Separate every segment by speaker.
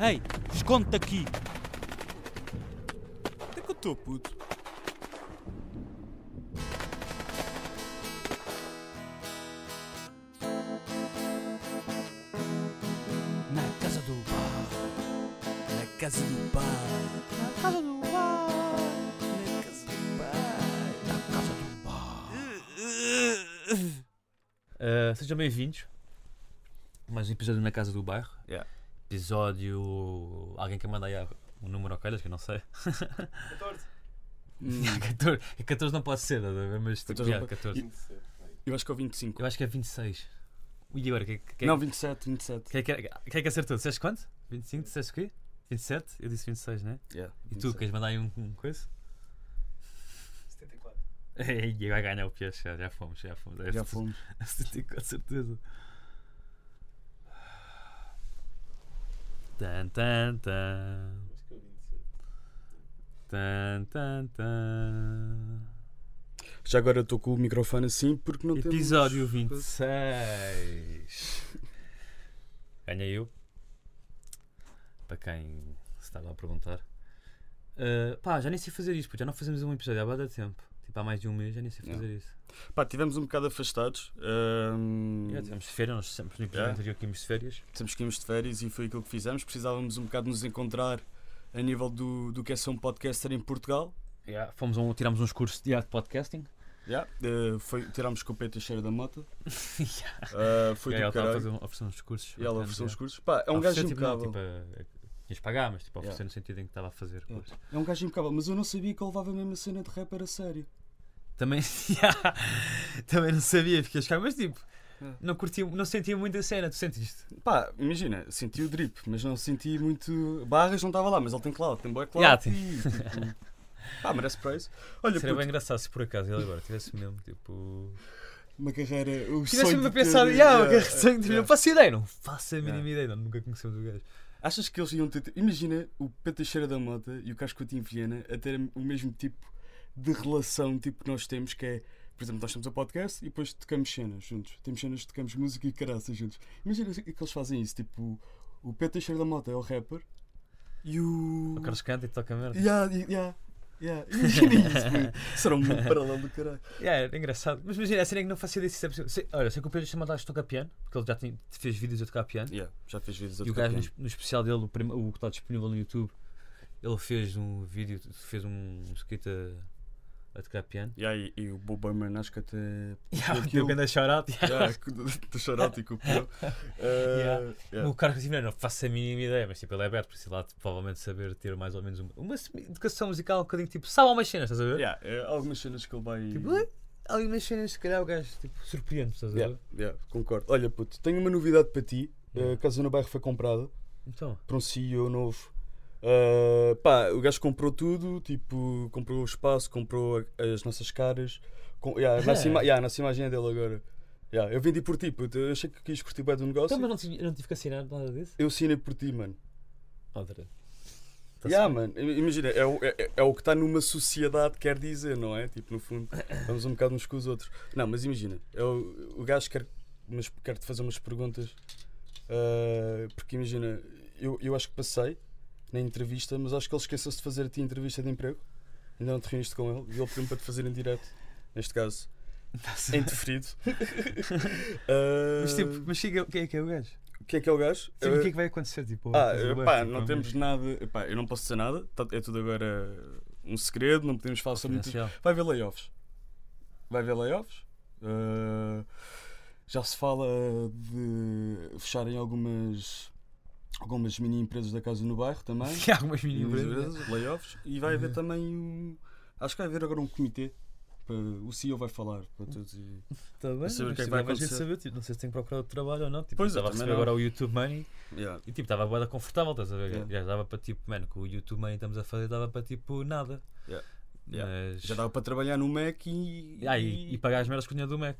Speaker 1: Ei, esconde-te aqui.
Speaker 2: Onde é que eu estou, puto?
Speaker 1: Na casa do bar.
Speaker 2: Na casa do pai.
Speaker 1: Na casa do bar.
Speaker 2: Na casa do pai.
Speaker 1: Na casa do bar.
Speaker 3: Uh, sejam bem-vindos. Mais um episódio na Casa do Bairro.
Speaker 2: Yeah.
Speaker 3: Episódio. Alguém quer mandar aí a- o número ao calhas, que eu não sei.
Speaker 4: 14.
Speaker 3: 14, 14 não pode ser, estás a ver? mas tipo,
Speaker 2: 14
Speaker 3: yeah,
Speaker 2: não
Speaker 3: 14.
Speaker 2: Eu acho que é o 25.
Speaker 3: Eu acho que é 26. E agora, quem
Speaker 1: é
Speaker 3: que,
Speaker 2: Não, 27, 27.
Speaker 3: que, que, que é que acertou? Disseste quanto? 25? Disseste o quê? 27? Eu disse 26, né?
Speaker 2: Yeah,
Speaker 3: E tu, queres mandar aí um, um coisa?
Speaker 4: 74.
Speaker 3: E vai ganhar o pior, já, já fomos, já fomos. É
Speaker 2: Já
Speaker 3: cer-
Speaker 2: fomos.
Speaker 3: com certeza. Tan, tan, tan.
Speaker 4: Acho que é o 27.
Speaker 3: Tan, tan, tan.
Speaker 2: Já agora eu estou com o microfone assim porque não
Speaker 3: Episódio
Speaker 2: temos...
Speaker 3: 26. Ganhei eu. Para quem se estava a perguntar. Uh, pá, já nem sei fazer isso, puto, já não fazemos um episódio há bastante tempo. Tipo, há mais de um mês já nem sei
Speaker 2: Yeah.
Speaker 3: fazer isso.
Speaker 2: Pá, estivemos um bocado afastados. ahm,
Speaker 3: Yeah, tivemos férias, nós sempre no episódio
Speaker 2: Yeah.
Speaker 3: anterior que íamos de férias.
Speaker 2: Temos que irmos de férias e foi aquilo que fizemos. Precisávamos um bocado nos encontrar a nível do, do que é ser um podcaster em Portugal.
Speaker 3: Yeah, fomos a um, tirámos uns cursos de de podcasting.
Speaker 2: Yeah. eh, foi, tirámos com o Pedro Teixeira da moto. Ah, foi do
Speaker 3: Yeah, ela estava a
Speaker 2: caralho.
Speaker 3: fazer um- a oferecer uns cursos.
Speaker 2: E ela
Speaker 3: bacanas,
Speaker 2: ofereceu os
Speaker 3: yeah.
Speaker 2: cursos. Pá, é um gajo
Speaker 3: Oferecer, tipo, não,
Speaker 2: impecável.
Speaker 3: tipo, eh, Tinhas de pagar, mas tipo, oferecer
Speaker 2: Yeah.
Speaker 3: no sentido em que estava a fazer
Speaker 2: Yeah.
Speaker 3: cursos.
Speaker 2: É um gajo impecável, mas eu não sabia que ele levava mesmo a cena de rapper a sério.
Speaker 3: Também, Yeah. também não sabia, fiquei a chocar, mas tipo,
Speaker 2: Yeah.
Speaker 3: não, curtia, não sentia muito a cena, tu sentiste?
Speaker 2: Pá, imagina, senti o drip, mas não senti muito. Barras não estava lá, mas ele tem clout, tem boa clout.
Speaker 3: Yeah, tem.
Speaker 2: e, tipo, pá, merece praise. Olha,
Speaker 3: Seria
Speaker 2: puto,
Speaker 3: bem engraçado se por acaso ele agora tivesse mesmo, tipo.
Speaker 2: uma carreira. O
Speaker 3: Tivesse
Speaker 2: sonho
Speaker 3: mesmo a
Speaker 2: de
Speaker 3: pensar,
Speaker 2: ter-
Speaker 3: yeah, o que é
Speaker 2: yeah,
Speaker 3: que sonho de
Speaker 2: yeah.
Speaker 3: Eu faço ideia, não faço a
Speaker 2: Yeah.
Speaker 3: mínima ideia, não, nunca conhecemos o gajo.
Speaker 2: Achas que eles iam ter. tipo, Imagina o Pedro Teixeira da Mota e o Casco Coutinho Viana a ter o mesmo tipo de relação tipo que nós temos, que é. Por exemplo, nós temos o podcast e depois tocamos cenas juntos. Temos cenas, tocamos música e caraças juntos. Imagina que eles fazem isso. Tipo, o Pedro Teixeira da Mota é o rapper e o.
Speaker 3: O Carlos canta e toca merda.
Speaker 2: Yeah, e- yeah, yeah. Imagina isso, puto. Será um mundo paralelo do caralho.
Speaker 3: Yeah, era engraçado. Mas imagina, a cena é que não faço ideia se isso é possível. Sei, olha, sei que o Pedro chamava de tocar piano, porque ele já tinha- fez vídeos a tocar piano.
Speaker 2: já fez vídeos
Speaker 3: E o gajo, no, no especial dele, o, prim- o que está disponível no YouTube, ele fez um vídeo, fez um skit a, a tocar piano.
Speaker 2: e, e o Bob Burman acho que até.
Speaker 3: Yeah,
Speaker 2: aquilo-
Speaker 3: deu um grande shout-out. yeah.
Speaker 2: Yeah, do Chorote e com o Eh, Pedro.
Speaker 3: Yeah. O Carlos Coutinho Vilhena, não faço a mínima ideia, mas tipo, ele é aberto, por isso lá provavelmente saber ter mais ou menos uma, uma semi- educação musical um bocadinho tipo, sabe algumas cenas, estás a ver?
Speaker 2: Yeah, é, algumas cenas que ele vai.
Speaker 3: Tipo, "Ué, algumas cenas, se calhar o gajo tipo, surpreende, estás a ver?
Speaker 2: Yeah, yeah, concordo. Olha, puto, tenho uma novidade para ti.
Speaker 3: Yeah.
Speaker 2: Uh, A casa no bairro foi comprada
Speaker 3: Então,
Speaker 2: por um CEO novo. Uh, pá, o gajo comprou tudo, tipo, comprou o espaço, comprou a- as nossas caras. Com, yeah, a, nossa
Speaker 3: É.
Speaker 2: ima- yeah, a nossa imagem é dele agora. Yeah, eu vendi por ti, puto. Eu achei que quis curtir bem do negócio.
Speaker 3: então mas não, tinha- não tive que assinar nada disso?
Speaker 2: Eu assinei por ti, mano.
Speaker 3: Outra. Tá
Speaker 2: Yeah, mano. I- Imagina, é o, é, é o que está numa sociedade, quer dizer, não é? Tipo, no fundo, vamos um bocado uns com os outros. Não, mas imagina, é o, o gajo quer, mas quer te fazer umas perguntas. ah, porque imagina, eu, eu acho que passei na entrevista, mas acho que ele esqueceu-se de fazer a ti entrevista de emprego. Ainda não te reuniste com ele e ele pediu-me para te fazer em direto. Neste caso, em deferido. Ah,
Speaker 3: Tá Mas tipo, mas quem é, que- quem é que é o gajo?
Speaker 2: quem é que é o gajo?
Speaker 3: Tipo, o
Speaker 2: Ah,
Speaker 3: que é que vai acontecer? Tipo,
Speaker 2: ah,
Speaker 3: ao- ao-
Speaker 2: pá,
Speaker 3: tipo,
Speaker 2: não
Speaker 3: ao-
Speaker 2: temos nada. Pá, eu não posso dizer nada. tá- É tudo agora um segredo. Não podemos falar sobre muito.
Speaker 3: Confidencial.
Speaker 2: Vai haver layoffs. Vai haver layoffs. Ah, já se fala de fecharem algumas, algumas mini empresas da casa no bairro também.
Speaker 3: Há algumas mini
Speaker 2: Mini
Speaker 3: empresas. né? Uhum.
Speaker 2: empresas, layoffs. E vai haver também um. Acho que vai haver agora um comitê. para- o CEO vai falar para todos. E...
Speaker 3: Tá bem,
Speaker 2: Para saber o
Speaker 3: mas
Speaker 2: que é que vai
Speaker 3: tipo, não vais querer
Speaker 2: acontecer.
Speaker 3: saber, tipo, não sei se tenho que procurar outro trabalho ou não. Tipo,
Speaker 2: Pois, eu
Speaker 3: estava a
Speaker 2: também
Speaker 3: receber
Speaker 2: não.
Speaker 3: agora o YouTube Money
Speaker 2: Yeah.
Speaker 3: e tipo, estava a boeda confortável, estás a ver?
Speaker 2: Yeah.
Speaker 3: Já dava para tipo, mano, com o YouTube Money estamos a fazer, dava para tipo nada.
Speaker 2: Yeah. Yeah.
Speaker 3: Mas.
Speaker 2: Já dava para trabalhar no Mac e.
Speaker 3: Ah, e, e pagar as merdas com o dinheiro do Mac.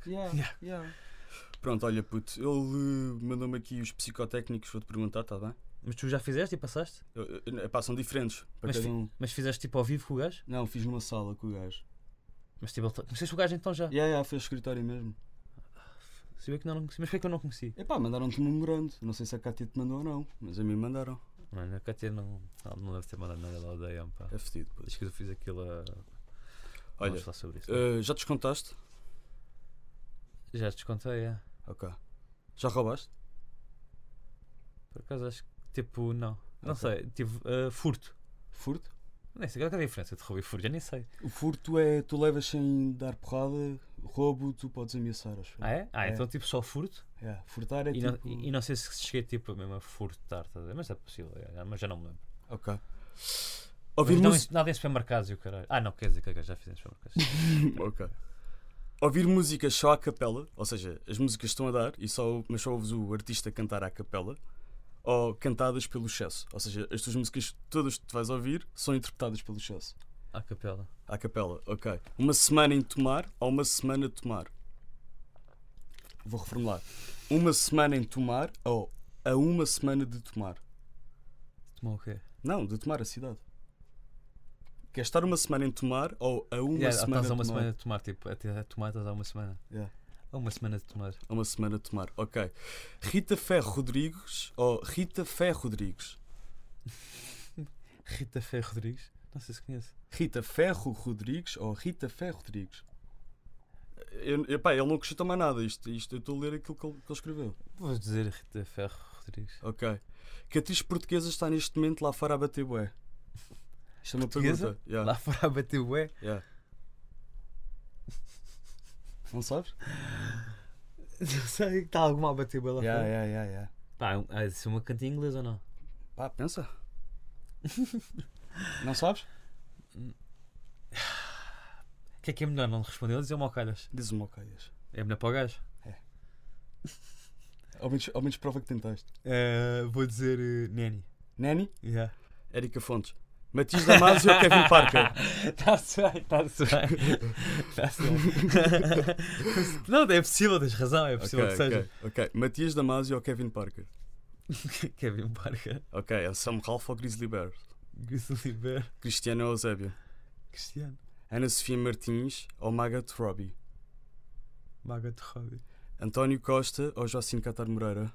Speaker 2: Pronto, olha puto, ele eh, mandou-me aqui os psicotécnicos, vou-te perguntar, está bem?
Speaker 3: Mas tu já fizeste e passaste?
Speaker 2: Eu, eu- epá, são diferentes para
Speaker 3: Mas
Speaker 2: cada
Speaker 3: fi-
Speaker 2: um.
Speaker 3: Mas fizeste tipo ao vivo com o gajo?
Speaker 2: Não, fiz numa sala com o gajo.
Speaker 3: Mas tipo, ele tá- conheceste o gajo então já?
Speaker 2: Yeah, yeah, fez escritório mesmo.
Speaker 3: Sabia que não, não conheci. Mas porquê que eu não conheci?
Speaker 2: Epá, mandaram-te um memorando. Não sei se a Cátia te mandou ou não, mas a mim mandaram.
Speaker 3: Mano, a Kátia não, ela não deve ter mandado nada, ela odeia, pá.
Speaker 2: É fedido, pô.
Speaker 3: Acho que eu fiz aquilo a.
Speaker 2: Olha,
Speaker 3: Vamos falar sobre isso.
Speaker 2: eh, já descontaste? eh,
Speaker 3: Já te contei, é.
Speaker 2: Ok. Já roubaste?
Speaker 3: Por acaso acho que, tipo, não. Não
Speaker 2: Ok.
Speaker 3: sei, tive eh, furto.
Speaker 2: Furto?
Speaker 3: Nem sei, qual é que é a diferença de roubo e furto? Já nem sei.
Speaker 2: O furto é tu levas sem dar porrada, roubo tu podes ameaçar, acho.
Speaker 3: Ah, é? Ah,
Speaker 2: É.
Speaker 3: então tipo só furto?
Speaker 2: É, furtar é
Speaker 3: e,
Speaker 2: tipo.
Speaker 3: não, e- e não sei se cheguei tipo mesmo a furtar, estás a ver? mas é possível, é, mas já não me lembro.
Speaker 2: Ok.
Speaker 3: Mas
Speaker 2: Ouvir
Speaker 3: então
Speaker 2: música.
Speaker 3: isso nada em supermercados e o caralho. Ah, não, quer dizer que agora já fiz em supermercados.
Speaker 2: Ok. Ouvir músicas só à capela, ou seja, as músicas estão a dar, e só, mas só ouves o artista cantar à capela, ou cantadas pelo excesso. Ou seja, as tuas músicas todas que tu vais ouvir são interpretadas pelo excesso.
Speaker 3: à capela.
Speaker 2: À capela, ok. Uma semana em tomar ou uma semana a tomar? Vou reformular. Uma semana em tomar ou a uma semana de tomar?
Speaker 3: Tomou o quê?
Speaker 2: Não, de tomar a cidade. Quer estar uma semana em tomar ou a uma
Speaker 3: Yeah,
Speaker 2: semana
Speaker 3: estás
Speaker 2: de
Speaker 3: a uma
Speaker 2: tomar?
Speaker 3: semana de tomar, tipo, até a tomar estás há uma semana.
Speaker 2: Yeah.
Speaker 3: Há uma semana de tomar.
Speaker 2: A uma semana de tomar, ok. Rita Ferro Rodrigues ou Rita Ferro Rodrigues?
Speaker 3: Rita Fé Rodrigues? Não sei se conhece.
Speaker 2: Rita Ferro Rodrigues ou Rita Ferro Rodrigues? Eu, epá, ele não acrescentou mais nada. Isto, isto, eu estou a ler aquilo que ele- que ele escreveu.
Speaker 3: Vou dizer Rita Ferro Rodrigues.
Speaker 2: Ok. Que atriz portuguesa está neste momento lá fora a bater bué? Isto é uma
Speaker 3: Portuguesa?
Speaker 2: pergunta. Yeah,
Speaker 3: Lá fora a bater bué.
Speaker 2: yeah. Não sabes?
Speaker 3: Não sei, está alguma a bater bué lá fora.
Speaker 2: yeah, yeah, yeah.
Speaker 3: Pá, é um- é de ser uma cantinha inglesa ou não?
Speaker 2: Pá, pensa. não sabes?
Speaker 3: O que é que é melhor? Não responder ou dizer uma ao calhas?
Speaker 2: Diz-me ao Caias.
Speaker 3: É melhor para o gajo?
Speaker 2: Ao menos, ao menos prova que tentaste.
Speaker 3: Eh, vou dizer Neni.
Speaker 2: Nani?
Speaker 3: Yeah.
Speaker 2: Érica Fontes. Matias Damasio ou Kevin Parker?
Speaker 3: Está-se bem, está-se bem. Está-se bem. Não, é possível, tens razão, é possível
Speaker 2: Ok,
Speaker 3: que seja.
Speaker 2: ok, ok. Matias Damasio ou Kevin Parker?
Speaker 3: Kevin Parker,
Speaker 2: Ok, é Sam Ralph ou Grizzly Bear?
Speaker 3: Grizzly Bear,
Speaker 2: Cristiano ou Eusébio?
Speaker 3: Cristiano,
Speaker 2: Ana Sofia Martins ou Magat Robbie?
Speaker 3: Maga de Robbie,
Speaker 2: António Costa ou Joaquim Catar Moreira?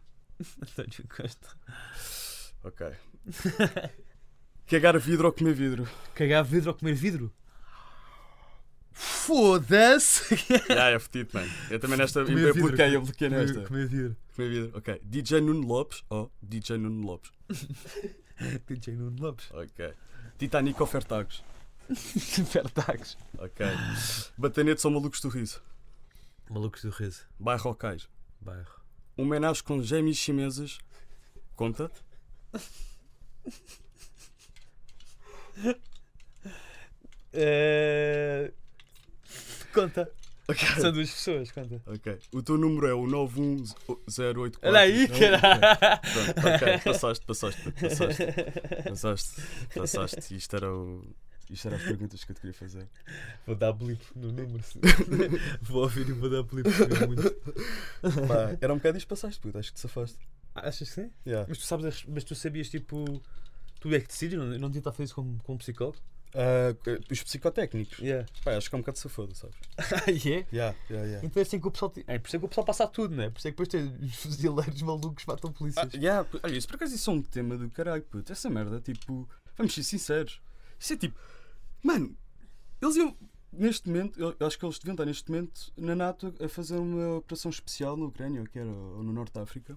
Speaker 3: António Costa.
Speaker 2: Ok. Cagar vidro ou comer vidro?
Speaker 3: Cagar vidro ou comer vidro? Foda-se!
Speaker 2: Ah, é fedido, mano. Eu também nesta. Eu,
Speaker 3: Comer
Speaker 2: eu
Speaker 3: vidro,
Speaker 2: bloqueei, eu bloqueei
Speaker 3: Comer,
Speaker 2: nesta.
Speaker 3: comer vidro.
Speaker 2: Comer vidro. Ok. DJ Nuno Lopes ou DJ Nuno Lopes?
Speaker 3: DJ Nuno Lopes.
Speaker 2: Ok. Titanic ou Fertagos?
Speaker 3: Fertagos.
Speaker 2: Ok. Batanetes ou Malucos do Riso?
Speaker 3: Malucos do Riso,
Speaker 2: Bairro ou Cais?
Speaker 3: bairro.
Speaker 2: Um menage com gêmeos chinesas? Conta? Eh,
Speaker 3: Conta.
Speaker 2: Ok.
Speaker 3: São duas pessoas, conta.
Speaker 2: Ok. O teu número é o 91084.
Speaker 3: Olha aí, caralho!
Speaker 2: é? Pronto, ok, passaste, passaste, passaste, passaste, passaste. Isto era o. Isto era as perguntas que eu te queria fazer.
Speaker 3: Vou dar blip no número. vou ouvir e vou dar blip. porque é muito.
Speaker 2: era um bocado isto passaste, puto, acho que te safaste.
Speaker 3: Achas que sim?
Speaker 2: Yeah.
Speaker 3: Mas tu sabes, as- mas tu sabias, tipo, tu é que decides, não, não devia estar a fazer isso como, como um psicólogo?
Speaker 2: Ah, os psicotécnicos.
Speaker 3: Yeah.
Speaker 2: Pá, acho que é um bocado safado, sabes?
Speaker 3: yeah.
Speaker 2: Yeah, yeah, yeah.
Speaker 3: Ah, Então é assim que o pessoal. ti- É por isso é que o pessoal passa a tudo, não é? Por isso é que depois tem os fuzileiros malucos que matam polícias.
Speaker 2: Ah, yeah, pu- olha, isso por acaso isso é um tema do caralho, puto. Essa merda, tipo, vamos ser sinceros. Isso é tipo, mano, eles iam, neste momento, eu eu acho que eles deviam estar neste momento na NATO a fazer uma operação especial na Ucrânia, ou que era, ou no Norte de África.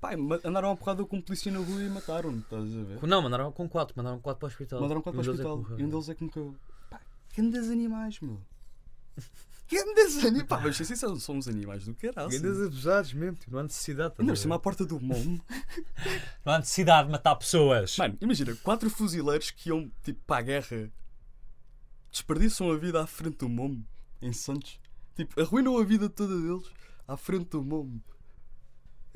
Speaker 2: Pai, andaram a porrada com um polícia na rua e mataram-me, estás a ver?
Speaker 3: Ah, Não, mandaram com 4, mandaram 4 para o hospital.
Speaker 2: Mandaram quatro
Speaker 3: E um
Speaker 2: para o
Speaker 3: deles é que
Speaker 2: hospital
Speaker 3: morreu.
Speaker 2: e um deles é que morreu. Pá, grandes animais, meu. Grandes animais. Pá, mas assim são, são uns animais do caralho.
Speaker 3: Grandes um abusados mesmo, tipo, não há necessidade. estás
Speaker 2: Ainda
Speaker 3: a
Speaker 2: por
Speaker 3: ver?
Speaker 2: cima, à porta do MOM.
Speaker 3: Não há necessidade de matar pessoas.
Speaker 2: Mano, imagina, quatro fuzileiros que iam tipo para a guerra desperdiçam a vida à frente do Momo em Santos. Tipo, arruinam a vida toda deles à frente do Momo.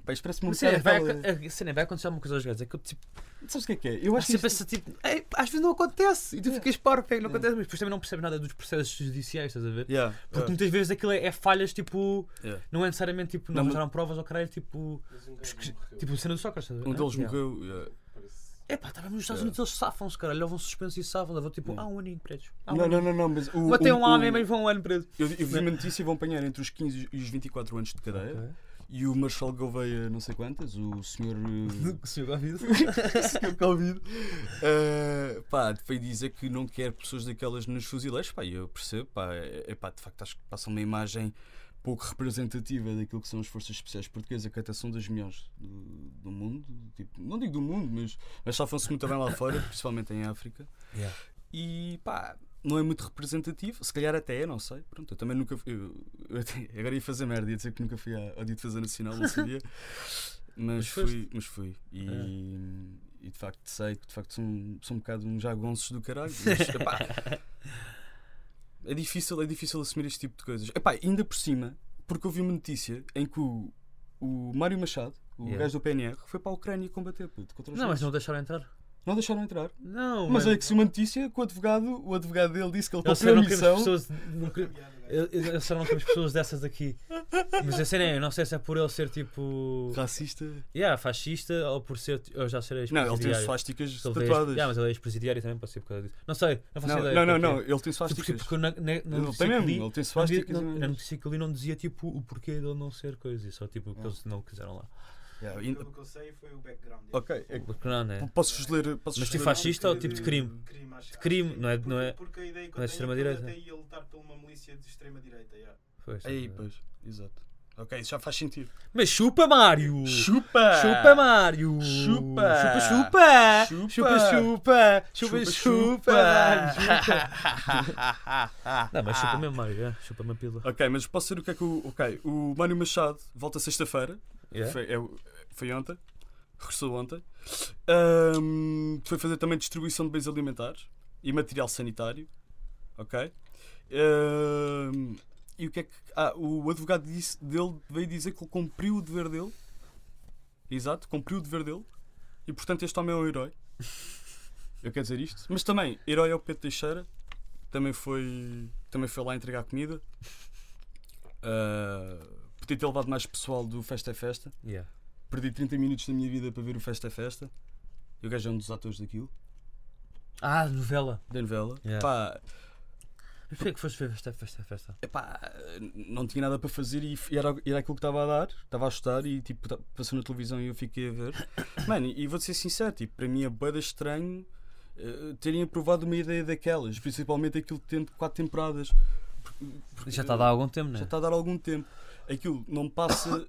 Speaker 2: Pá, isto parece-me um
Speaker 3: Mas, sim,
Speaker 2: bocado
Speaker 3: vai,
Speaker 2: aquela...
Speaker 3: ac- a- sim, vai acontecer uma coisa aos gajos. É que eu, tipo,
Speaker 2: Sabes o que é que é? Eu acho que
Speaker 3: Você
Speaker 2: isto...
Speaker 3: pensa tipo, "Ei, às vezes não acontece e tu ficas parvo, porque é que não acontece, mas depois também não percebes nada dos processos judiciais, estás a ver?
Speaker 2: Yeah,
Speaker 3: Porque
Speaker 2: yeah,
Speaker 3: muitas vezes aquilo é, é falhas tipo,
Speaker 2: yeah.
Speaker 3: não é necessariamente tipo, não
Speaker 2: Não, mas-
Speaker 3: mostraram provas ou caralho, tipo,
Speaker 4: Mas um
Speaker 3: Esque-
Speaker 4: gajo morreu,
Speaker 3: tipo a cena do Sócrates, estás a ver?
Speaker 2: Um deles
Speaker 3: Yeah.
Speaker 2: morreu. yeah.
Speaker 4: parece.
Speaker 3: É pá, estava nos Estados
Speaker 2: Yeah.
Speaker 3: Unidos, eles safam-se, caralho, levam suspenso e safam, levam tipo,
Speaker 2: Yeah.
Speaker 3: ah, um aninho preso. Ah, um
Speaker 2: É. Não,
Speaker 3: aninho.
Speaker 2: não, não, não, mas o.
Speaker 3: Matei
Speaker 2: o-
Speaker 3: um homem,
Speaker 2: o-
Speaker 3: mas vão um ano preso.
Speaker 2: Eu, eu vi uma notícia e vão apanhar entre os 15 e os 24 anos de cadeia. E o Marcelo Gouveia, não sei quantas, o senhor. eh,
Speaker 5: Que senhor Covid.
Speaker 2: senhor Covid. Eh, pá, foi dizer que não quer pessoas daquelas nos fuzileiros. Pá, e eu percebo, pá, é, é pá, de facto acho que passa uma imagem pouco representativa daquilo que são as forças especiais portuguesas, que até são das melhores do, do mundo. Tipo, não digo do mundo, mas, mas safam-se muito bem lá fora, principalmente em África.
Speaker 5: Yeah.
Speaker 2: E pá, não é muito representativo, se calhar até é, não sei. Pronto, eu também nunca fui. eu- eu até- agora ia fazer merda, ia dizer que nunca fui à, ao Dia de Defesa Nacional, não sabia. Mas,
Speaker 3: Mas Ah.
Speaker 2: fui, mas fui. E, e de facto sei que de facto são, são um bocado uns jagonços do caralho. Mas, epá, é difícil, é difícil assumir este tipo de coisas. Epá, ainda por cima, porque ouvi uma notícia em que o, o Mário Machado, o
Speaker 3: Yeah.
Speaker 2: gajo do PNR, foi para a Ucrânia combater puto, contra os
Speaker 3: Não, mas
Speaker 2: russos.
Speaker 3: não deixaram entrar.
Speaker 2: não deixaram entrar.
Speaker 3: Não,
Speaker 2: Mas
Speaker 3: mano.
Speaker 2: é que se uma notícia que o advogado, o advogado dele disse que ele
Speaker 3: Eles
Speaker 2: cumpriu a
Speaker 3: disseram que temos
Speaker 2: missão.
Speaker 3: pessoas. Não, quer- eu- eu- eles disseram que temos pessoas dessas aqui. Mas a cena é, eu não sei se é por ele ser tipo.
Speaker 2: Racista.
Speaker 3: Yeah, fascista ou por ser. Ou já ser
Speaker 2: Não,
Speaker 3: ex-presidiário.
Speaker 2: ele tem suásticas
Speaker 3: Se ele é ex-
Speaker 2: tatuadas.
Speaker 3: Yeah, mas ele é ex-presidiário também, pode ser por causa disso. Não sei, não faço
Speaker 2: Não,
Speaker 3: ideia.
Speaker 2: não, não,
Speaker 3: porque-
Speaker 2: não, ele tem
Speaker 3: Porque,
Speaker 2: suásticas.
Speaker 3: porque na, na, na
Speaker 2: Ele tem
Speaker 3: notícia que
Speaker 2: mesmo,
Speaker 3: li-
Speaker 2: ele tipo tem
Speaker 3: não dizia-
Speaker 2: suásticas.
Speaker 3: não-
Speaker 2: e-
Speaker 3: Na notícia que li não dizia tipo o porquê dele não ser coisa, e só tipo
Speaker 2: É.
Speaker 3: que eles não quiseram lá.
Speaker 2: Yeah, e-
Speaker 4: Pelo que eu sei foi o background. dele.
Speaker 2: Ok, é que-
Speaker 3: Porque não, né?
Speaker 2: posso-vos ler. Posso
Speaker 3: Mas tipo
Speaker 2: ler...
Speaker 3: fascista ou
Speaker 4: Porque-
Speaker 3: tipo de crime?
Speaker 4: Crime, acho- acho
Speaker 3: crime,
Speaker 4: que-
Speaker 3: não é-
Speaker 4: porque-
Speaker 3: não é-
Speaker 4: Porque a ideia que
Speaker 3: não é
Speaker 4: eu
Speaker 3: de
Speaker 4: tenho é que ele
Speaker 3: extrema-direita.
Speaker 4: até ia lutar por uma milícia de extrema-direita. yeah.
Speaker 3: Pois,
Speaker 2: Aí,
Speaker 3: tá.
Speaker 2: pois, exato. Ok, isso já faz sentido.
Speaker 3: Mas chupa Mário!
Speaker 2: Chupa!
Speaker 3: Chupa Mário!
Speaker 2: Chupa!
Speaker 3: Chupa
Speaker 2: Chupa!
Speaker 3: chupa! Chupa chupa!
Speaker 2: Chupa,
Speaker 3: Chupa
Speaker 2: chupa!
Speaker 3: chupa! Mário, chupa. Não, mas
Speaker 2: Ah.
Speaker 3: chupa mesmo Mário, é? chupa uma pila.
Speaker 2: Ok, mas posso ser o que é que o. Ok, o Mário Machado volta sexta-feira.
Speaker 3: Yeah?
Speaker 2: Foi, é o- foi ontem. Regressou ontem. Ahm, foi fazer também distribuição de bens alimentares e material sanitário. Ok? Ahm, e o que é que. Ah, o advogado disse- dele veio dizer que ele cumpriu o dever dele. Exato, cumpriu o dever dele. E portanto este homem é um herói. Eu quero dizer isto. Mas também, herói é o Pedro Teixeira. Também foi, também foi lá entregar comida. Ah, podia ter levado mais pessoal do Festa é Festa.
Speaker 3: Yeah.
Speaker 2: Perdi 30 minutos da minha vida para ver o Festa é Festa. E o gajo é um dos atores daquilo,
Speaker 3: Ah, novela!
Speaker 2: da novela.
Speaker 3: Yeah.
Speaker 2: Pá,
Speaker 3: Mas porquê é que foste ver esta festa? festa?
Speaker 2: epá, não tinha nada para fazer e f- era, era aquilo que estava a dar. Estava a estudar e tipo, ta- passou na televisão e eu fiquei a ver. Mano, e vou-te ser sincero, tipo, para mim é bada estranho eh, terem aprovado uma ideia daquelas, principalmente aquilo que tem de quatro temporadas.
Speaker 3: Já está a dar algum tempo, né?
Speaker 2: Já tá está a dar algum tempo. Aquilo não passa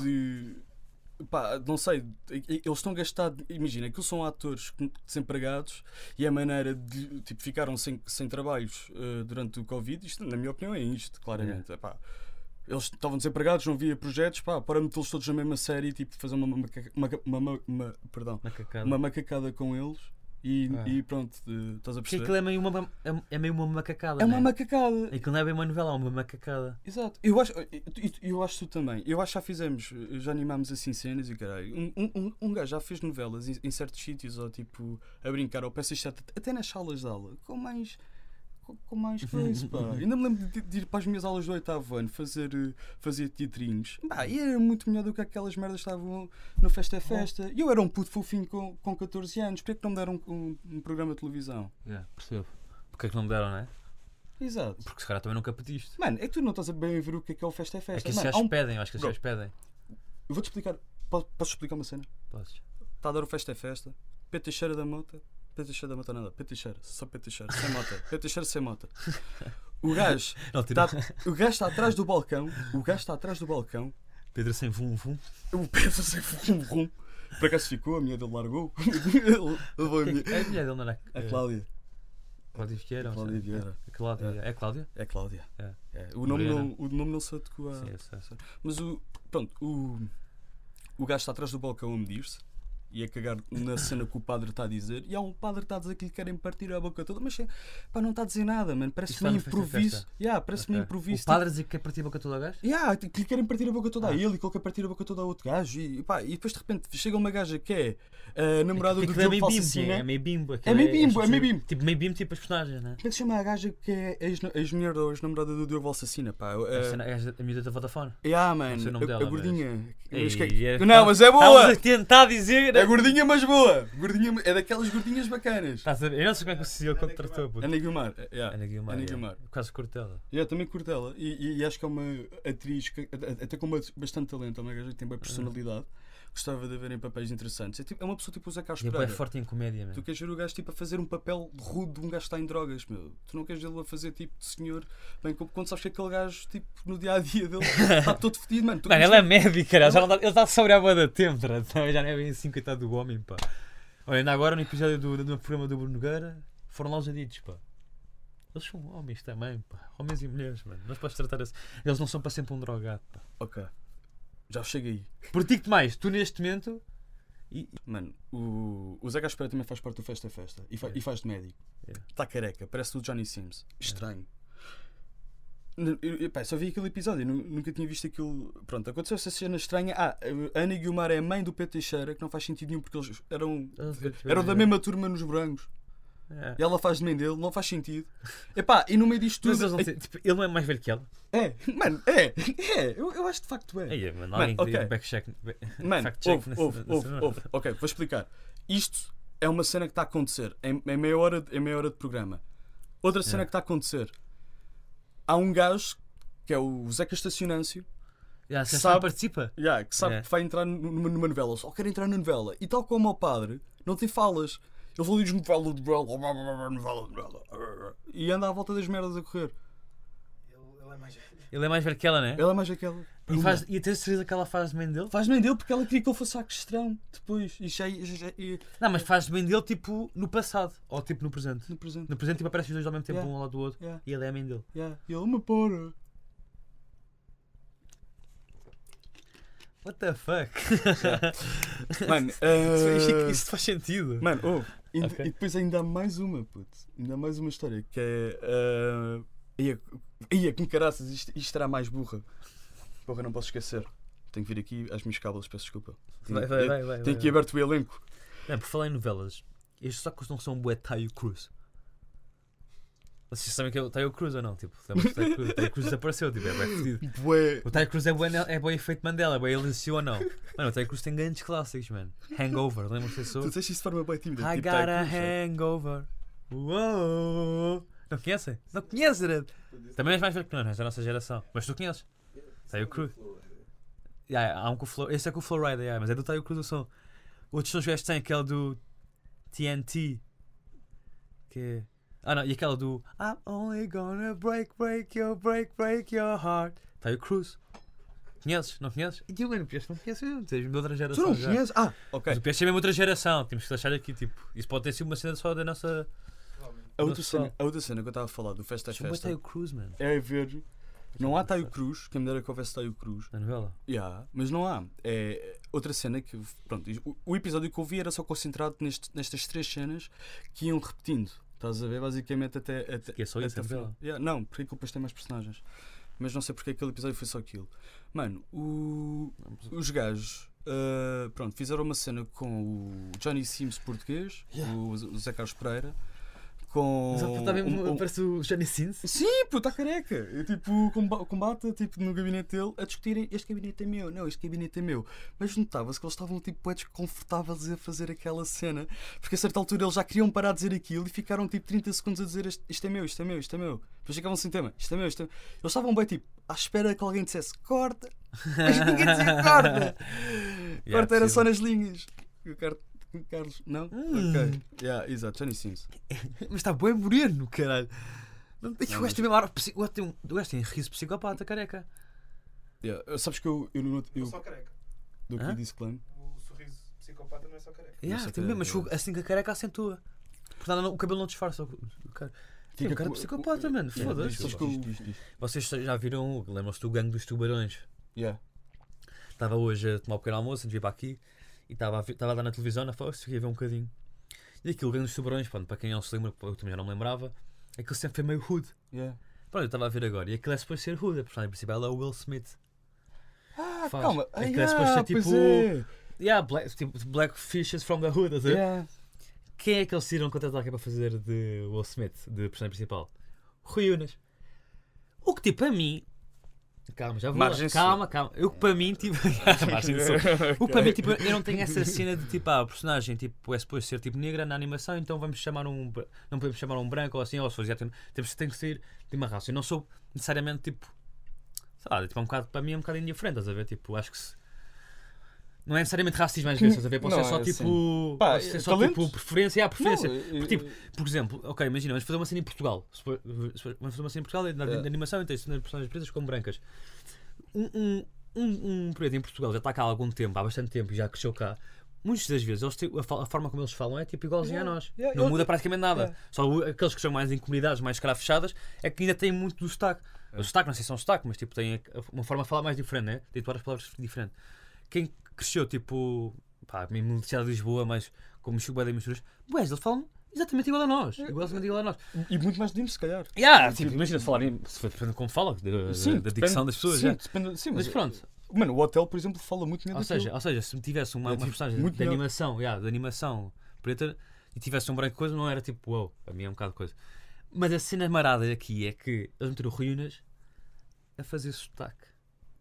Speaker 2: de. Pá, não sei, e- e- eles estão a gastar. Imagina, aquilo são atores com- desempregados e a maneira de. Tipo, ficaram sem, sem trabalhos eh, durante o Covid. Isto, na minha opinião, é isto, claramente. Epá, eles estavam desempregados, não havia projetos. Pá, para metê-los todos na mesma série, tipo, fazer uma. maca- maca- uma, uma- uma- perdão,
Speaker 3: Macacada.
Speaker 2: uma macacada com eles e,
Speaker 3: Ah.
Speaker 2: e pronto, eh, estás a
Speaker 3: Porque
Speaker 2: perceber?
Speaker 3: aquilo é meio uma, é, é meio uma macacada.
Speaker 2: É uma
Speaker 3: né?
Speaker 2: macacada.
Speaker 3: Aquilo não é bem uma novela, é uma macacada.
Speaker 2: Exato. Eu acho, eu, eu acho que tu também. Eu acho que já fizemos, já animámos assim cenas e caralho. Um, um, um- um gajo já fez novelas em, em certos sítios, ou tipo, a brincar, ou peças de teatro, até nas salas de aula, com mais. com- Com mais coisa, pá. Ainda me lembro de, de ir para as minhas aulas do oitavo ano fazer, eh, fazer teatrinhos. Pá, e era muito melhor do que aquelas merdas que estavam no Festa é
Speaker 3: Oh.
Speaker 2: Festa. E eu era um puto fofinho com, com 14 anos. Porquê que não me deram um, um programa de televisão?
Speaker 3: É, percebo. Porque é que não me deram, não é?
Speaker 2: Exato.
Speaker 3: Porque se calhar também nunca pediste.
Speaker 2: Mano, é que tu não estás a bem ver o que é que é o Festa é
Speaker 3: É
Speaker 2: Festa.
Speaker 3: que esses
Speaker 2: Mano, há
Speaker 3: gajos
Speaker 2: um
Speaker 3: pedem, eu acho que esses
Speaker 2: Bro.
Speaker 3: gajos pedem.
Speaker 2: Eu vou-te explicar. Po- Posso explicar uma cena?
Speaker 3: Podes.
Speaker 2: Está a dar o festa é festa. P. Teixeira da Mota. P. Teixeira da Mota nada. P. Teixeira. Só P. Teixeira. Sem Mota. P. Teixeira sem Mota. O gajo
Speaker 3: Não, tira.
Speaker 2: está o gajo está atrás do balcão. O gajo está atrás do balcão.
Speaker 3: Pedro sem vum vum.
Speaker 2: O Pedro sem rum é um rum. Por acaso ficou? A minha dele largou. Levou a minha.
Speaker 3: É a mulher dele, não era?
Speaker 2: A
Speaker 3: é,
Speaker 2: Cláudia.
Speaker 3: Cláudia Vieira.
Speaker 2: A
Speaker 3: não sei.
Speaker 2: Cláudia Vieira.
Speaker 3: A Cláudia. É Cláudia?
Speaker 2: É Cláudia.
Speaker 3: É.
Speaker 2: É. O, nome
Speaker 3: Mariana.
Speaker 2: não, o nome não se adequa.
Speaker 3: Sim, eu sei. eu sei.
Speaker 2: Mas o. Pronto, o. O gajo está atrás do balcão a medir-se e a cagar na cena que o padre está a dizer. E há um padre que está a dizer que lhe querem partir a boca toda, mas é- pá, não está a dizer nada, mano.
Speaker 3: Isso
Speaker 2: Parece-me
Speaker 3: está
Speaker 2: um
Speaker 3: no Festa é
Speaker 2: improviso.
Speaker 3: Festa?
Speaker 2: Yeah, parece-me um
Speaker 3: Ok.
Speaker 2: improviso.
Speaker 3: É. O padre dizia que quer partir a É boca toda ao gajo?
Speaker 2: tipo, yeah, que lhe querem partir a boca toda a
Speaker 3: Ah.
Speaker 2: ele e que ele quer partir a boca toda a outro gajo. E, pá, e depois de repente chega uma gaja que é a namorada do
Speaker 3: Aquilo é
Speaker 2: Diogo
Speaker 3: meio bimbo,
Speaker 2: Falsacina.
Speaker 3: é
Speaker 2: Como
Speaker 3: meio bimbo.
Speaker 2: É meio bimbo, é meio bimbo.
Speaker 3: Tipo meio bimbo, tipo as personagens, né?
Speaker 2: é que se chama a gaja que é ex- ex-mulher ou ex-namorada do Diogo Valsacina, pá?
Speaker 3: A
Speaker 2: Uh,
Speaker 3: cena- é a miúda da Vodafone.
Speaker 2: yeah,
Speaker 3: sei
Speaker 2: man,
Speaker 3: o nome
Speaker 2: a, a
Speaker 3: dela, mas-
Speaker 2: gordinha.
Speaker 3: Ei,
Speaker 2: Mas que-
Speaker 3: é-
Speaker 2: Não, mas é boa!
Speaker 3: Estavas a tentar dizer né?
Speaker 2: É gordinha, mas boa. Gordinha, é daquelas gordinhas bacanas.
Speaker 3: Estás a ver? Eu não sei como é que o Cecil
Speaker 4: Ana
Speaker 3: contratou, puto.
Speaker 2: Ana Guilmar. é, yeah.
Speaker 3: Ana Guilmar.
Speaker 2: Ana
Speaker 3: é.
Speaker 2: Guilmar.
Speaker 3: Quase curto ela.
Speaker 2: Eu também curto ela. E, e- e acho que é uma atriz que- a- a- até com uma- bastante talento, é uma gaja que
Speaker 3: Uhum.
Speaker 2: tem boa personalidade. Gostava de a ver em papéis interessantes. É, tipo- é uma pessoa tipo o Zé Carlos
Speaker 3: E é bué
Speaker 2: Pereira.
Speaker 3: forte em comédia,
Speaker 2: Tu
Speaker 3: mano.
Speaker 2: queres ver o gajo tipo, a fazer um papel rude de um gajo que está em drogas, meu. Tu não queres vê-lo a fazer tipo de senhor. Bem, como quando sabes que aquele gajo, tipo, no dia a dia dele, está todo fedido, mano. Tu
Speaker 3: Mano,
Speaker 2: queres
Speaker 3: ele é médico, cara. Já não dá- ele está sobre a boa da têmpora. então Já não é bem assim, coitado do homem, pá. Olha, ainda agora no episódio do, do programa do Bruno Nogueira, foram lá os adidos, pá. Eles são homens também, pá. Homens e mulheres, mano. Nós podes tratar assim. Eles não são para sempre um drogado, pá.
Speaker 2: Ok. Já chega aí.
Speaker 3: Portico-te mais, tu neste momento.
Speaker 2: Mano, o, o Zé Carlos Pereira também faz parte do Festa é Festa. E, fa- e faz de médico.
Speaker 3: É.
Speaker 2: Está careca, parece o Johnny Sims. Estranho. N- Eu, eu, pá, só vi aquele episódio, nu- nunca tinha visto aquilo. Pronto, aconteceu essa cena estranha. Ah, a Ana Guilmar é a mãe do Pedro Teixeira, que não faz sentido nenhum porque eles eram. Eram da mesma turma nos brancos.
Speaker 3: É.
Speaker 2: E ela faz de mãe dele, não faz sentido. Epá, e no meio disto
Speaker 3: Mas eles
Speaker 2: tudo.
Speaker 3: não têm- tipo, ele não é mais velho que ela.
Speaker 2: É, mano, é, é, eu, eu acho que de facto é.
Speaker 3: Aí, é, mano,
Speaker 2: Mano,
Speaker 3: alguém que tem
Speaker 2: ok.
Speaker 3: um backcheck.
Speaker 2: Mano,
Speaker 3: fact check
Speaker 2: ouve,
Speaker 3: nessa-
Speaker 2: ouve,
Speaker 3: nessa
Speaker 2: ouve,
Speaker 3: merda.
Speaker 2: ouve. Ok, vou explicar. Isto é uma cena que está a acontecer em, em, meia, hora, de- em meia hora de programa. Outra cena que está a acontecer. Há um gajo que é o Zeca Estacionâncio
Speaker 3: Já, se
Speaker 2: Sabe-
Speaker 3: não participa.
Speaker 2: yeah, que sabe
Speaker 3: É.
Speaker 2: que vai entrar numa, numa novela, só quer entrar na novela. E tal como ao padre, não tem falas. Ele falou diz novela, novela, novela, novela, novela, e anda à volta das merdas a correr.
Speaker 4: Ele, ele é mais velho.
Speaker 3: Ele é mais velho que ela, né?
Speaker 2: Ela é mais aquela.
Speaker 3: E, faz, e tens certeza que ela faz de mãe dele?
Speaker 2: Faz bem dele porque ela queria que ele fosse à questão depois. E já, já, já- e-
Speaker 3: Não, mas faz de bem dele tipo no passado ou tipo no presente.
Speaker 2: no presente.
Speaker 3: No presente tipo aparecem os dois ao mesmo tempo,
Speaker 2: Yeah.
Speaker 3: um ao lado do outro.
Speaker 2: Yeah.
Speaker 3: E ele é a mãe dele.
Speaker 2: Yeah. E ele me pôr.
Speaker 3: What the fuck?
Speaker 2: Mano,
Speaker 3: Isto,
Speaker 2: eh,
Speaker 3: isto faz sentido.
Speaker 2: mano oh. ouve, e,
Speaker 3: Ok.
Speaker 2: e depois ainda há mais uma, puto. Ainda há mais uma história que é. eh, Ia, ia, com caraças, isto, isto era mais burra. Porra, não posso esquecer. Tenho que vir aqui às minhas cábulas, peço desculpa.
Speaker 3: Vai, vai, vai, vai, vai,
Speaker 2: Tenho aqui
Speaker 3: vai.
Speaker 2: aberto o elenco.
Speaker 3: Não, por falar em novelas, estes sacos não são um bué Taio Cruz. Vocês sabem que é o Taio Cruz ou não? Tipo, lembras-te do Taio Cruz? O Taio Cruz desapareceu, tipo, é bué fedido.
Speaker 2: Bué.
Speaker 3: O Taio Cruz é bué, é bué efeito Mandela, é bué elencio ou não? Mano, o Taio Cruz tem grandes clássicos, mano. Hangover, lembram-se disso?
Speaker 2: Tu disseste isso de forma bem tímida.
Speaker 3: I
Speaker 2: tipo,
Speaker 3: got
Speaker 2: tá
Speaker 3: a
Speaker 2: aqui, sabe?
Speaker 3: hangover. Uou. Não conhecem? né? Não conheces, Red? Também és mais velho que nós, és da nossa geração. Mas tu conheces? Taio Cruz. Yeah, há um com o Flow. Esse é com o Flow Rider, yeah, mas é do Taio Cruz o som. Outros sons que gajos têm, aquele do TNT. Que é. Ah não, e aquela do I'm only gonna break, break your, break, break your heart. Taio Cruz. Conheces? Não conheces? E eu, mano, não conheces mesmo, tu és mesmo de outra
Speaker 2: Tu
Speaker 3: geração.
Speaker 2: não
Speaker 3: já.
Speaker 2: conheces? Ah,
Speaker 3: Mas
Speaker 2: ok.
Speaker 3: o PS é mesmo outra geração, temos que deixar aqui, tipo, isso pode ter sido uma cena só da nossa.
Speaker 2: A outra,
Speaker 3: Não
Speaker 2: cena,
Speaker 3: só.
Speaker 2: a outra cena que eu estava a falar do Festa é
Speaker 3: Chama
Speaker 2: Festa
Speaker 3: Taio Cruz, mano.
Speaker 2: é a ver. Não há Taio Cruz, quem me dera que houvesse Taio Cruz.
Speaker 3: Na novela.
Speaker 2: Yeah, mas não há. É outra cena que. Pronto, o- o episódio que eu vi era só concentrado neste- nestas três cenas que iam repetindo. Estás a ver? Basicamente até. até
Speaker 3: Que é só
Speaker 2: até
Speaker 3: isso, é
Speaker 2: ao final.
Speaker 3: novela.
Speaker 2: Yeah, não, porque aquilo depois tem mais personagens. Mas não sei porque aquele episódio foi só aquilo. Mano, o- os gajos. ah, pronto, fizeram uma cena com o Johnny Sims português, o, Z- o Zé Carlos Pereira, com. um- um-
Speaker 3: tá parece o Johnny Sins.
Speaker 2: Sim, pô, está careca. Eu, tipo, comba- combate tipo, no gabinete dele a discutirem este gabinete é meu, não, este gabinete é meu. Mas notava-se que eles estavam tipo bué desconfortáveis a fazer aquela cena, porque a certa altura eles já queriam parar de dizer aquilo e ficaram tipo 30 segundos a dizer este- isto é meu, isto é meu, isto é meu. Depois ficavam sem tema, isto é meu, isto é meu. Eles estavam bem tipo à espera que alguém dissesse corta, mas ninguém dizia corta. corta
Speaker 3: Yeah,
Speaker 2: era
Speaker 3: possível.
Speaker 2: só nas linhas. E o Car- Carlos, não?
Speaker 3: Hum.
Speaker 2: Ok. Yeah, exato, Johnny Sims.
Speaker 3: Mas está bem moreno, caralho. Não,
Speaker 2: Não,
Speaker 3: o gajo tem mesmo ar. psi- O gajo tem um- o gajo tem riso psicopata, careca.
Speaker 2: Yeah, Sabes que eu, eu, no-
Speaker 4: Não é
Speaker 2: eu
Speaker 4: só careca.
Speaker 2: dou
Speaker 3: Hã?
Speaker 2: aqui disclaimer.
Speaker 4: O sorriso psicopata não é só careca.
Speaker 3: Yeah,
Speaker 2: sei
Speaker 3: tem
Speaker 2: que-
Speaker 3: mesmo, mas o- assim que a careca acentua. Portanto, não- o cabelo não disfarça. o- o cara- Tem um cara de psicopata, mano.
Speaker 2: Yeah,
Speaker 3: Foda-se.
Speaker 2: diz, diz,
Speaker 3: pá.
Speaker 2: diz, diz, diz.
Speaker 3: Vocês já viram, lembram-se do gangue dos tubarões?
Speaker 2: Yeah.
Speaker 3: Estava hoje a tomar um pequeno almoço, antes de vir para aqui, e estava a, ver- estava a dar na televisão, na Fox, fiquei a ver um bocadinho. E aquilo, Gangue dos Tubarões, pronto, para quem não se lembra, eu também já não me lembrava, aquilo sempre foi meio hood.
Speaker 2: Yeah.
Speaker 3: Pronto, eu estava a ver agora, e aquilo é suposto ser hood, a personagem principal é o Will Smith.
Speaker 2: Ah,
Speaker 3: Faz.
Speaker 2: calma.
Speaker 3: É
Speaker 2: Ah,
Speaker 3: que é
Speaker 2: yeah,
Speaker 3: suposto ser
Speaker 2: pois
Speaker 3: tipo-
Speaker 2: é.
Speaker 3: Yeah, black, tipo, black Fishes from the Hood, estás a ver?
Speaker 2: Yeah.
Speaker 3: Quem é que eles decidiram contratar aqui para fazer de Will Smith, de personagem principal? Rui Unas. O que, tipo, a mim, Calma, já vou.
Speaker 6: Margem
Speaker 3: lá.
Speaker 6: sul.
Speaker 3: Calma, calma. Eu que para mim, tipo. Margem sul. O que para mim, tipo, eu não tenho essa cena de tipo, ah, a personagem tipo, é suposto ser tipo negra na animação, então vamos chamar um. br- Não podemos chamar um branco ou assim, ou se for asiático, temos tem que ser de uma raça. Eu não sou necessariamente tipo. Sei lá, tipo, é um bocado, para mim é um bocado indiferente, estás a ver? Tipo, acho que se. Não é necessariamente racismo às vezes, estás a ver? Pode
Speaker 2: Não,
Speaker 3: ser só
Speaker 2: é
Speaker 3: tipo.
Speaker 2: Pá,
Speaker 3: pode ser só
Speaker 2: talento?
Speaker 3: tipo preferência. Ah, preferência.
Speaker 2: Não,
Speaker 3: Porque, tipo, por exemplo, ok, imagina, vamos fazer uma cena em Portugal. Se for- se for- Vamos fazer uma cena em Portugal é na,
Speaker 2: É.
Speaker 3: na animação então e tem cenas é de personagens pretas como brancas. Um, um, um, um preto em Portugal já está cá há algum tempo, há bastante tempo e já cresceu cá. Muitas das vezes eles têm- a, fa- a forma como eles falam é tipo igualzinha
Speaker 2: Yeah,
Speaker 3: a nós.
Speaker 2: yeah,
Speaker 3: não
Speaker 2: eu-
Speaker 3: muda praticamente nada.
Speaker 2: yeah.
Speaker 3: Só o- aqueles que são mais em comunidades mais cara fechadas é que ainda têm muito do sotaque. O sotaque, não sei se é um sotaque, mas tipo, tem a- uma forma de falar mais diferente, né? De atuar as palavras diferente. Quem cresceu, tipo, pá, mesmo no Teatro de Lisboa, mas como chuva de misturas, pois eles falam exatamente igual a nós.
Speaker 2: É.
Speaker 3: Exatamente igual a nós.
Speaker 2: E muito mais dinheiro, se calhar.
Speaker 3: Yeah, tipo, imagina se falarem, se for- depende de como fala, da, da- da
Speaker 2: depende-
Speaker 3: dicção das pessoas.
Speaker 2: Sim,
Speaker 3: já.
Speaker 2: depende- sim, mas,
Speaker 3: Mas pronto,
Speaker 2: Mano, o hotel, por exemplo, fala muito dinheiro
Speaker 3: ou
Speaker 2: daquilo.
Speaker 3: seja, ou seja, se tivesse uma,
Speaker 2: É,
Speaker 3: uma
Speaker 2: tipo,
Speaker 3: personagem
Speaker 2: muito
Speaker 3: de
Speaker 2: melhor.
Speaker 3: animação, yeah, de animação preta e tivesse um branco coisa, não era tipo, uau, a mim é um bocado coisa. Mas a cena marada aqui é que eles meteram o Rui Unas a fazer sotaque,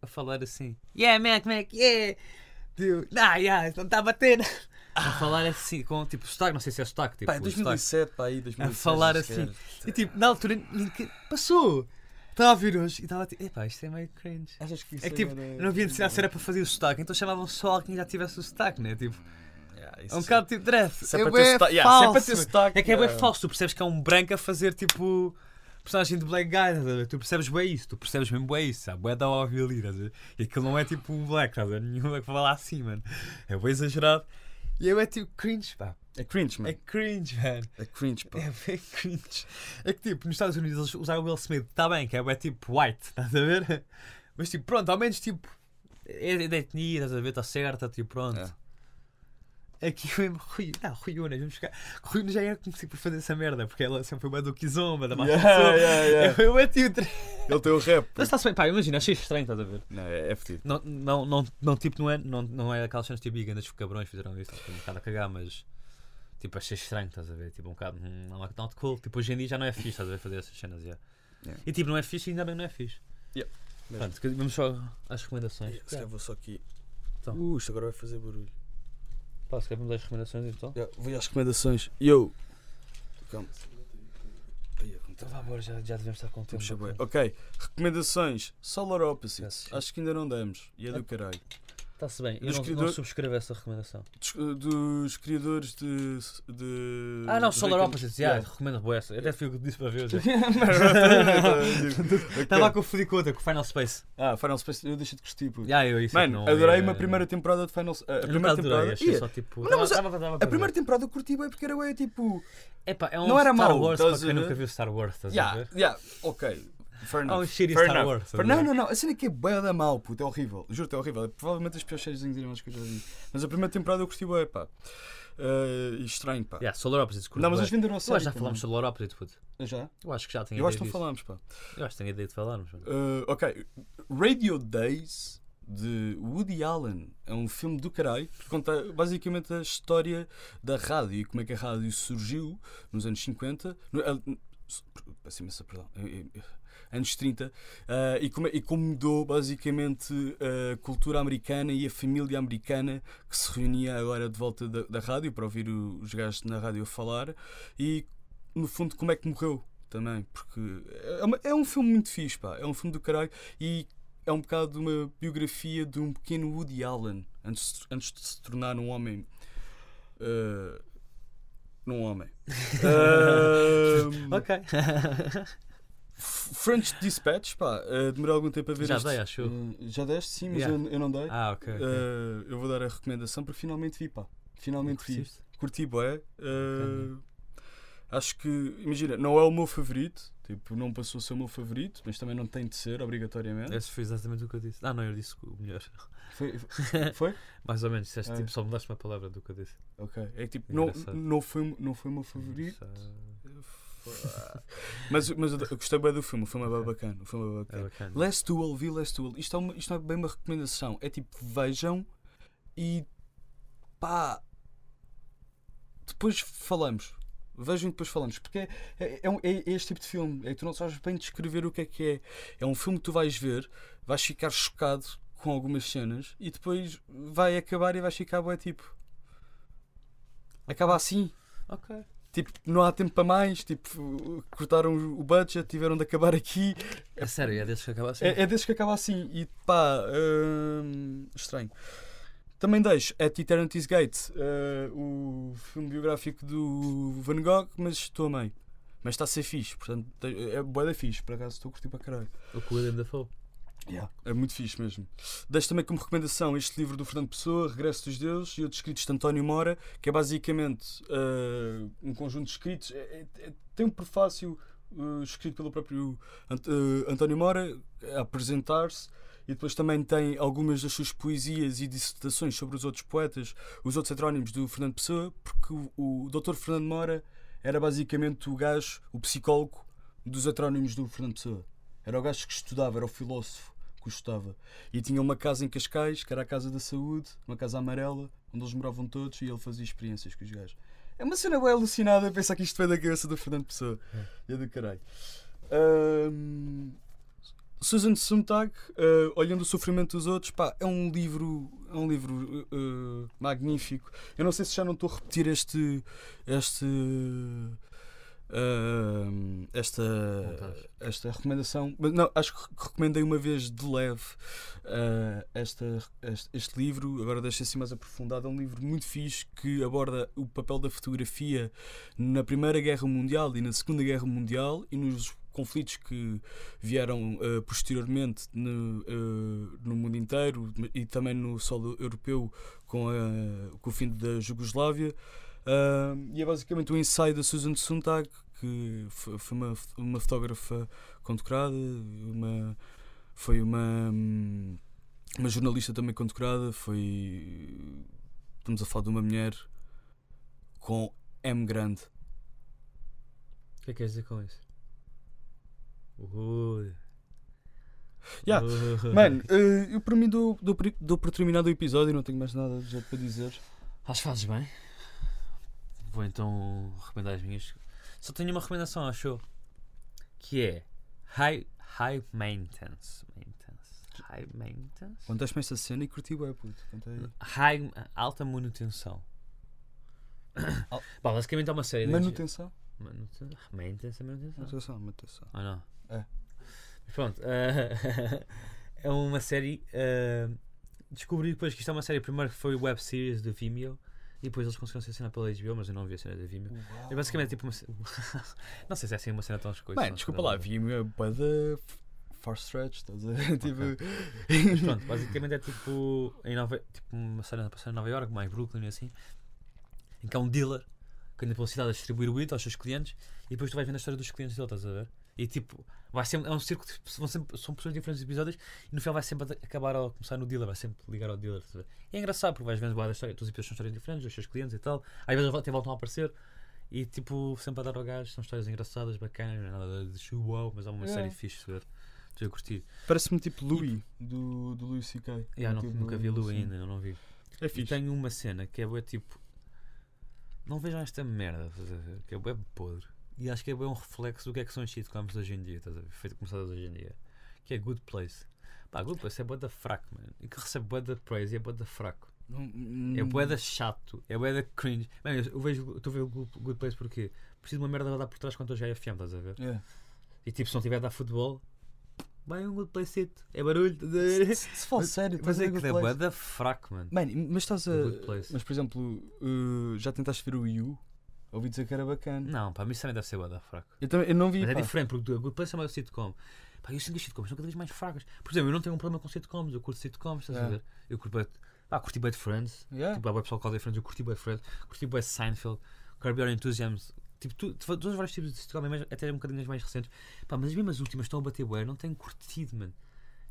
Speaker 3: a falar assim, yeah, Mac, Mac, yeah, Dude, nah, yeah, não está a bater. A falar assim, com tipo sotaque, não sei se é sotaque, tipo,
Speaker 2: Pá, em
Speaker 3: o sotaque.
Speaker 2: 2007, pá, aí, 2007.
Speaker 3: a falar assim. E tipo, na altura, ninguém- passou. Estava a ouvir hoje e estava tipo, epá, isto é meio cringe.
Speaker 2: Achas que isso
Speaker 3: É que tipo,
Speaker 2: agora-
Speaker 3: não havia necessidade se era para fazer o sotaque, então chamavam só alguém que já tivesse o sotaque, né? Tipo,
Speaker 2: Yeah,
Speaker 3: é
Speaker 2: isso
Speaker 3: um bocado tipo draft.
Speaker 6: é
Speaker 3: é
Speaker 6: para ter
Speaker 3: bué
Speaker 6: sotaque- yeah, se é
Speaker 3: falso.
Speaker 6: para ter sotaque,
Speaker 3: É que é bem
Speaker 6: yeah.
Speaker 3: falso, tu percebes que é um branco a fazer tipo personagem de black guy, estás a ver? tu percebes bem isso, tu percebes mesmo bem isso, sabe? Bué da óbvio ali, estás a ver? E aquilo não é tipo um black, estás a ver? Nenhum black fala assim, mano. É bem exagerado. E eu é tipo cringe, pá.
Speaker 2: É cringe,
Speaker 3: É
Speaker 2: mano.
Speaker 3: cringe, mano.
Speaker 2: É cringe, pá.
Speaker 3: É bem cringe. É que tipo, nos Estados Unidos eles usaram o Will Smith, está bem, que é, bué tipo white, estás a ver? Mas tipo, pronto, ao menos tipo, é da etnia, estás a ver, está certa, tipo, pronto.
Speaker 2: É.
Speaker 3: Aqui mesmo, Rui, não, Rui Unas, vamos ficar. Rui Unas já era conhecido por fazer essa merda, porque ela sempre foi uma do Kizomba, da É Marcha
Speaker 2: Yeah,
Speaker 3: de Som.
Speaker 2: yeah, yeah.
Speaker 3: Eu bati o tre-
Speaker 2: Ele tem o rap.
Speaker 3: Mas está-se bem, pá, imagina, achei estranho, estás a ver?
Speaker 2: Não, é, é fedido.
Speaker 3: Não, não, não, não tipo, não é, não, não é aquelas cenas tipo, grandes cabrões fizeram isso, tipo, um bocado a cagar, mas tipo, achei estranho, estás a ver? Tipo, um bocado, hum, não é not cool. Tipo, hoje em dia já não é fixe, estás a ver, fazer essas cenas, yeah.
Speaker 2: Yeah.
Speaker 3: E tipo, não é fixe, ainda bem que não é fixe.
Speaker 2: Yeah, mesmo.
Speaker 3: Portanto, que- vamos só às recomendações.
Speaker 2: Se calhar vou só aqui.
Speaker 3: Então.
Speaker 2: Uh, isto agora vai fazer barulho.
Speaker 3: Pá, se calhar vamos às recomendações então.
Speaker 2: Já, vou às recomendações. Eu. Calma. Aí, é como tá.
Speaker 3: Então vá embora, já, já devemos estar com o tempo.
Speaker 2: Puxa bué.
Speaker 3: ok?
Speaker 2: Ok, recomendações. Solar Opposites.
Speaker 3: Yes. Ah.
Speaker 2: Acho que ainda não demos. E é do caralho.
Speaker 3: Está-se bem, eu
Speaker 2: Dos
Speaker 3: não, não
Speaker 2: criadores-
Speaker 3: subscrevo essa recomendação.
Speaker 2: Dos, eh, dos criadores de. de
Speaker 3: Ah não,
Speaker 2: de
Speaker 3: Solar
Speaker 2: Rick and-
Speaker 3: Opposites, yeah, recomendo boa essa. Até fui o que disse para ver hoje. Estava a confundir com outra, com o Final Space.
Speaker 2: Ah, Final Space, eu deixei de curtir. puto.
Speaker 3: Yeah, eu, isso é que
Speaker 2: Mano,
Speaker 3: não-
Speaker 2: adorei
Speaker 3: é-
Speaker 2: uma primeira temporada de Final Space. A
Speaker 3: Eu
Speaker 2: primeira
Speaker 3: nunca adorei,
Speaker 2: temporada.
Speaker 3: achei
Speaker 2: Ih,
Speaker 3: só tipo.
Speaker 2: Não, mas a-
Speaker 3: dava- dava- dava
Speaker 2: a
Speaker 3: para
Speaker 2: primeira
Speaker 3: ver.
Speaker 2: temporada eu curti bem porque era bem tipo.
Speaker 3: Epá, é um
Speaker 2: não era
Speaker 3: Star
Speaker 2: mau,
Speaker 3: Wars
Speaker 2: estás a
Speaker 3: para quem
Speaker 2: ver?
Speaker 3: nunca viu Star Wars, estás a
Speaker 2: Yeah,
Speaker 3: ver?
Speaker 2: yeah, ok. Fair
Speaker 3: É
Speaker 2: enough.
Speaker 3: um shitty
Speaker 2: fair
Speaker 3: Star
Speaker 2: enough.
Speaker 3: Wars.
Speaker 2: Fair-
Speaker 3: estás a
Speaker 2: Não,
Speaker 3: ver?
Speaker 2: não, não. A cena é que é bué da mal, puto. É horrível. Juro-te, é horrível. É provavelmente as piores séries animadas que eu já vi. Mas a primeira temporada eu curti bué, pá. Eh, e estranho, pá.
Speaker 3: Yeah, Solar Opposites, curto
Speaker 2: Não, mas
Speaker 3: bué.
Speaker 2: eles venderam a
Speaker 3: Eu
Speaker 2: série.
Speaker 3: acho que já
Speaker 2: também.
Speaker 3: falámos de Solar Opposites, puto.
Speaker 2: Já?
Speaker 3: Eu acho que já tenho
Speaker 2: Eu acho que
Speaker 3: ideia
Speaker 2: não falámos,
Speaker 3: disso.
Speaker 2: pá.
Speaker 3: Eu acho que tenho ideia de falarmos. mano.
Speaker 2: Uh, ok, Radio Days de Woody Allen é um filme do caralho que conta basicamente a história da rádio e como é que a rádio surgiu nos anos 50, no, ah, n- s- peço imensa perdão, eu- eu- eu- anos 30, ah, e, como, é- e como mudou basicamente eh, a cultura americana e a família americana que se reunia agora de volta da, da rádio para ouvir o- os gajos na rádio a falar e no fundo, como é que morreu também, porque é, uma- é um filme muito fixe, pá. É um filme do caralho e é um bocado uma biografia de um pequeno Woody Allen antes, antes de se tornar um homem. eh, num homem. Ahm,
Speaker 3: Ok.
Speaker 2: F- French Dispatch, pá. eh, demorou algum tempo a ver
Speaker 3: Já
Speaker 2: este-
Speaker 3: dei, acho eu.
Speaker 2: Eh, já deste, sim, mas
Speaker 3: Yeah.
Speaker 2: eu, eu não dei.
Speaker 3: Ah, ok. ok.
Speaker 2: Eh, eu vou dar a recomendação porque finalmente vi, pá. Finalmente vi.
Speaker 3: Curtiste?
Speaker 2: Curti bué. eh, acho que, imagina, não é o meu favorito. Tipo, não passou a ser o meu favorito, mas também não tem de ser, obrigatoriamente.
Speaker 3: Esse foi exatamente o que eu disse. Ah, não, eu disse o melhor.
Speaker 2: Foi? foi- foi?
Speaker 3: Mais ou menos, disseste
Speaker 2: Ah.
Speaker 3: tipo, só mudaste uma palavra do que eu disse.
Speaker 2: ok. É que tipo, não,
Speaker 3: Engraçado.
Speaker 2: não, foi, não foi o meu favorito.
Speaker 3: Isso é,
Speaker 2: mas, mas eu, eu gostei bem do filme, o filme é bem
Speaker 3: Ok.
Speaker 2: bacana. O filme é bem
Speaker 3: É
Speaker 2: bacana.
Speaker 3: bacana.
Speaker 2: Last Duel, vi Last Duel. Isto é, uma- isto não é bem uma recomendação. É tipo, vejam e pá. Depois falamos. Vejam e depois falamos. Porque é, é, é um- é este tipo de filme. É que tu não sabes bem descrever o que é que é. É um filme que tu vais ver, vais ficar chocado com algumas cenas e depois vai acabar e vais ficar bué tipo. Acaba assim.
Speaker 3: Ok.
Speaker 2: Tipo, não há tempo para mais. Tipo, cortaram o budget, tiveram de acabar aqui.
Speaker 3: É sério, é desses que acaba assim.
Speaker 2: É, é desses que acaba assim e pá, hum, estranho. Também deixo At Eternity's Gate, eh, o filme biográfico do Van Gogh, mas estou a meio. Mas está a ser fixe, portanto te- é boa da fixe, por acaso estou a curtir para caralho.
Speaker 3: O que o William Dafoe.
Speaker 2: É muito fixe mesmo. Deixo também como recomendação este livro do Fernando Pessoa, Regresso dos Deuses, e outros escritos de António Mora, que é basicamente eh, um conjunto de escritos. É- é- é- tem um prefácio eh, escrito pelo próprio Ant- eh, António Mora a apresentar-se. E depois também tem algumas das suas poesias e dissertações sobre os outros poetas, os outros heterónimos do Fernando Pessoa, porque o, o Dr. Fernando Mora era basicamente o gajo, o psicólogo dos heterónimos do Fernando Pessoa. Era o gajo que estudava, era o filósofo que o estudava. E tinha uma casa em Cascais, que era a casa da saúde, uma casa amarela, onde eles moravam todos e ele fazia experiências com os gajos. É uma cena bem alucinada pensar que isto veio da cabeça do Fernando Pessoa. É, do caralho. Ahm, Susan Sontag, eh, Olhando o Sofrimento dos Outros, pá, é um livro, é um livro eh, eh, magnífico. Eu não sei se já não estou a repetir este. este eh, esta,
Speaker 3: Montagem.
Speaker 2: esta recomendação, mas não, acho que re- recomendei uma vez de leve eh, esta, este, este livro. Agora deixa assim mais aprofundado. É um livro muito fixe que aborda o papel da fotografia na Primeira Guerra Mundial e na Segunda Guerra Mundial e nos conflitos que vieram eh, posteriormente no, eh, no mundo inteiro e também no solo europeu com, a- com o fim da Jugoslávia. Ah, e é basicamente um ensaio da Susan Sontag, que fo- foi uma, f- uma fotógrafa condecorada, uma, foi uma, hum, uma jornalista também condecorada, foi. Estamos a falar de uma mulher com M grande.
Speaker 3: O que é que queres dizer com isso? Ui.
Speaker 2: Yeah,
Speaker 3: Ui.
Speaker 2: Mano, eh, eu para mim dou, dou, por- dou por terminado o episódio, não tenho mais nada de jeito para dizer.
Speaker 3: Acho que fazes bem. Vou então recomendar as minhas. Só tenho uma recomendação, acho eu, Que é High, high maintenance. maintenance. High maintenance?
Speaker 2: Contaste-me esta cena e curti bem, puto.
Speaker 3: é
Speaker 2: Conta aí.
Speaker 3: High, alta manutenção.
Speaker 2: Al-
Speaker 3: Bom, basicamente é uma série de-
Speaker 2: Manutenção?
Speaker 3: Manuten- Maintenance é manutenção.
Speaker 2: Manutenção, manutenção.
Speaker 3: Ou Ah, não?
Speaker 2: É.
Speaker 3: Mas pronto. eh, é uma série. eh, descobri depois que isto é uma série. Primeiro foi web series do Vimeo. E depois eles conseguiram ser cena pela HBO, mas eu não vi a cena da Vimeo. É basicamente tipo uma. ce- não sei se é assim uma cena é tão escoisa.
Speaker 2: Mano, desculpa lá, vi-me a bué da far stretch, estás a ver?
Speaker 3: Tipo, Mas
Speaker 2: Tipo.
Speaker 3: pronto, basicamente é tipo, em Nova, tipo uma cena passada em Nova York, mais Brooklyn e assim, em que há um dealer que anda pela cidade a distribuir weed aos seus clientes e depois tu vais vendo a história dos clientes dele, estás a ver? E tipo, vai sempre, é um círculo, tipo, vão sempre, são pessoas de diferentes episódios e no final vai sempre ad- acabar ao começar no dealer, vai sempre ligar ao dealer, estás a ver? E é engraçado porque vais vendo boa da história, todos os episódios são histórias diferentes, dos seus clientes e tal, às vezes eles até voltam a aparecer. E tipo, sempre a dar ao gajo, são histórias engraçadas, bacanas, não é nada de chuau, mas é uma série fixe, de ver. Estou a curtir.
Speaker 2: Parece-me tipo Louis, do, do Louis C.K.
Speaker 3: Yeah, não,
Speaker 2: Tipo,
Speaker 3: nunca vi a lua
Speaker 2: assim.
Speaker 3: ainda, eu não vi.
Speaker 2: É
Speaker 3: E
Speaker 2: fixe.
Speaker 3: tenho uma cena que é bué tipo. Não vejam esta merda, estás a ver? Que é bué podre. E acho que é bué um reflexo do que é que são os sitcoms hoje em dia, estás a ver? Feito começadas hoje em dia. Que é Good Place. Pá, Good Place é bué da fraco, mano. E que recebe bué da praise e é bué da fraco. É
Speaker 2: hum,
Speaker 3: bué da chato, é bué da cringe. Mano, eu vejo, estou a ver o Good Good Place porque preciso de uma merda a dar por trás quando eu já é FM, estás a ver?
Speaker 2: É.
Speaker 3: E tipo, se não tiver a dar futebol, vai um Good Place, é barulho, estás a ver?
Speaker 2: Se for sério,
Speaker 3: Mas é
Speaker 2: fazer
Speaker 3: que é
Speaker 2: Good
Speaker 3: bué
Speaker 2: Place.
Speaker 3: da fraco, mano.
Speaker 2: Mano, mas estás a.
Speaker 3: Good Place.
Speaker 2: Mas por exemplo, uh, já tentaste ver o You? Ouvi dizer que era bacana.
Speaker 3: Não, pá, mas isso também deve ser bué da fraco.
Speaker 2: Eu, também, eu não vi.
Speaker 3: Mas é
Speaker 2: pá.
Speaker 3: diferente, porque o Good Place é mais o sitcom. Pá, eu sinto que as sitcoms são cada vez mais fracas. Por exemplo, eu não tenho um problema com sitcoms, eu curto sitcoms, estás a
Speaker 2: Yeah.
Speaker 3: ver? Eu curto bem. Pá, curti bem de Friends.
Speaker 2: Yeah.
Speaker 3: Tipo, há bué pessoal que odeia Friends, eu curti bem de Friends. Curti bem de Seinfeld, Curb Your Enthusiasm. Tipo, tu, tu, todos os vários tipos de sitcom, mas até um bocadinho as mais recentes. Pá, mas as mesmas últimas estão a bater bué, não tenho curtido, mano.